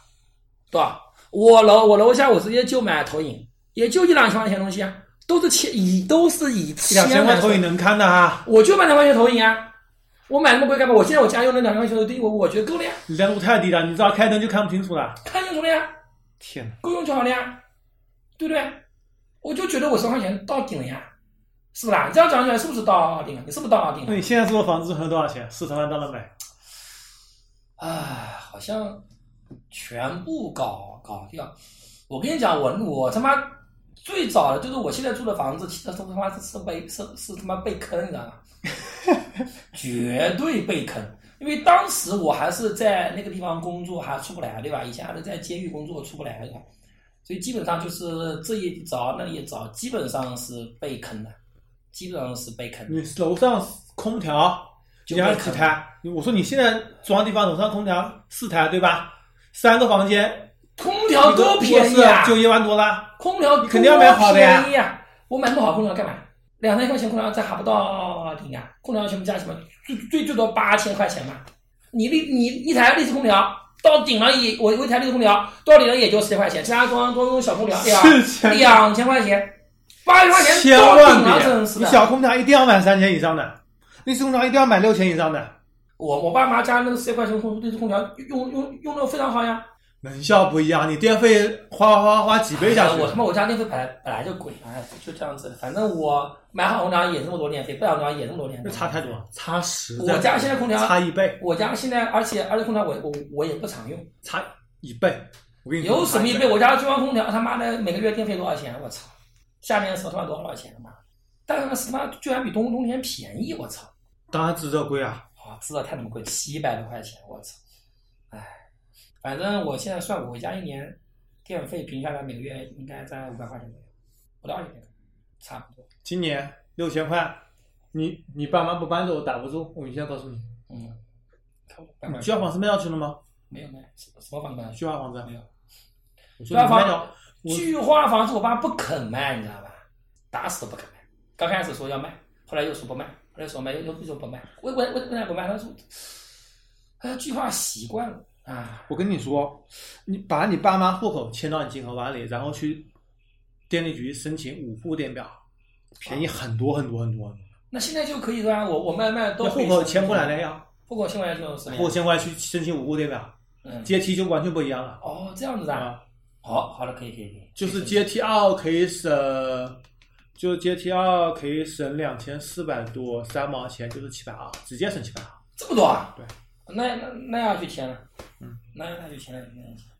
[SPEAKER 3] 多少？我楼我楼下我直接就买投影，也就一两千块钱东西啊，都是千以都是以
[SPEAKER 2] 两千块
[SPEAKER 3] 来
[SPEAKER 2] 投影
[SPEAKER 3] 算
[SPEAKER 2] 能看的啊，
[SPEAKER 3] 我就买两块钱投影啊，我买那么贵干嘛？我现在我家用那两块钱投影，我我觉得够了呀，
[SPEAKER 2] 你亮度太低了，你知道开灯就看不清楚了。
[SPEAKER 3] 看清楚了呀，
[SPEAKER 2] 天哪，
[SPEAKER 3] 够用就好了呀，对不对？我就觉得我十块钱到顶了呀，是不啦？你这样讲起来是不是到顶了？你是不是到顶
[SPEAKER 2] 那
[SPEAKER 3] 了？
[SPEAKER 2] 你现在这个房子存了多少钱？四十万到了没？
[SPEAKER 3] 唉，好像全部搞搞掉。我跟你讲，我我他妈最早的就是我现在住的房子，其实他妈是是被是是他妈被坑，你知道吗？绝对被坑，因为当时我还是在那个地方工作，还出不来，对吧？以前还是在监狱工作，出不来，对吧？所以基本上就是这一找那一找，基本上是被坑的，基本上是被坑的。
[SPEAKER 2] 你楼上空调，
[SPEAKER 3] 就
[SPEAKER 2] 你还有
[SPEAKER 3] 被
[SPEAKER 2] 几
[SPEAKER 3] 坑
[SPEAKER 2] 台？我说你现在装地方，楼上空调四台对吧？三个房间，
[SPEAKER 3] 空调哦多便宜啊！
[SPEAKER 2] 就一万多啦。
[SPEAKER 3] 空调
[SPEAKER 2] 你肯定要买好的呀
[SPEAKER 3] 多便宜啊！我买那么好的空调干嘛？两三千块钱空调这还不到顶啊！空调全部加起来最最最多八千块钱嘛。你立你一台立式空调到顶了也我我一台立式空调到顶了也就十几块钱，其他装装用小空调
[SPEAKER 2] 是钱
[SPEAKER 3] 两两千块钱，八千块钱
[SPEAKER 2] 千
[SPEAKER 3] 到
[SPEAKER 2] 万
[SPEAKER 3] 顶了啊
[SPEAKER 2] 别
[SPEAKER 3] 真！是
[SPEAKER 2] 你
[SPEAKER 3] 的。
[SPEAKER 2] 小空调一定要买三千以上的，那空调一定要买六千以上的，
[SPEAKER 3] 我我爸妈家那个十几块钱空立式空调用用用的非常好呀。
[SPEAKER 2] 能效不一样，你电费花花花几倍下去
[SPEAKER 3] 哎我。他妈我家电费本来本来就贵，哎，就这样子的。反正我买好空调也这么多电费，不好空调也这么多电
[SPEAKER 2] 那
[SPEAKER 3] 费，
[SPEAKER 2] 差太多了，差十。
[SPEAKER 3] 我家现在空调
[SPEAKER 2] 差一倍，
[SPEAKER 3] 我家现在，而且而且空调我我我也不常用，
[SPEAKER 2] 差一倍。我跟你说
[SPEAKER 3] 有什么一
[SPEAKER 2] 差
[SPEAKER 3] 倍？我家中央空调他妈的每个月电费多少钱？我操！夏天的时候他妈多少钱？他妈，但是他妈居然比冬冬天便宜！我操！
[SPEAKER 2] 当然值得贵啊！
[SPEAKER 3] 啊，知道太他妈贵，七百多块钱！我操！唉，反正我现在算我家一年电费平下来每个月应该在五百块钱左右，不到一百，差不多。
[SPEAKER 2] 今年六千块，你你爸妈不搬走打不住，我现在告诉你，
[SPEAKER 3] 嗯，差不多500
[SPEAKER 2] 你
[SPEAKER 3] 块
[SPEAKER 2] 需要房子卖掉去了吗？
[SPEAKER 3] 没有没有什么什么房子
[SPEAKER 2] 需要房子啊
[SPEAKER 3] 没有。
[SPEAKER 2] 我
[SPEAKER 3] 巨
[SPEAKER 2] 说
[SPEAKER 3] 化
[SPEAKER 2] 你卖
[SPEAKER 3] 房
[SPEAKER 2] 掉，我
[SPEAKER 3] 巨化房子我爸不肯卖，你知道吧？打死都不肯卖。刚开始说要卖，后来又说不卖，后来说卖又又又说不卖。我我我为啥不卖？他说，哎，巨化习惯了啊。
[SPEAKER 2] 我跟你说，你把你爸妈户口迁到你金河湾里，然后去电力局申请五户电表，便宜很多很多很多。
[SPEAKER 3] 那现在就可以对吧？我我卖卖都
[SPEAKER 2] 那
[SPEAKER 3] 可以
[SPEAKER 2] 户口迁过来了
[SPEAKER 3] 呀，
[SPEAKER 2] 呀，
[SPEAKER 3] 户口迁过来就是
[SPEAKER 2] 户口迁过来去申请五户电表，
[SPEAKER 3] 嗯，
[SPEAKER 2] 阶梯就完全不一样了。
[SPEAKER 3] 哦，这样子的啊。好，好了，可以可以可以。
[SPEAKER 2] 就是阶梯二可以省，就阶梯二可以省两千四百多，三毛钱就是七百二，直接省七百二。
[SPEAKER 3] 这么多啊？
[SPEAKER 2] 对，
[SPEAKER 3] 那那那要去签了。
[SPEAKER 2] 嗯，
[SPEAKER 3] 那那就签了，那要去签了。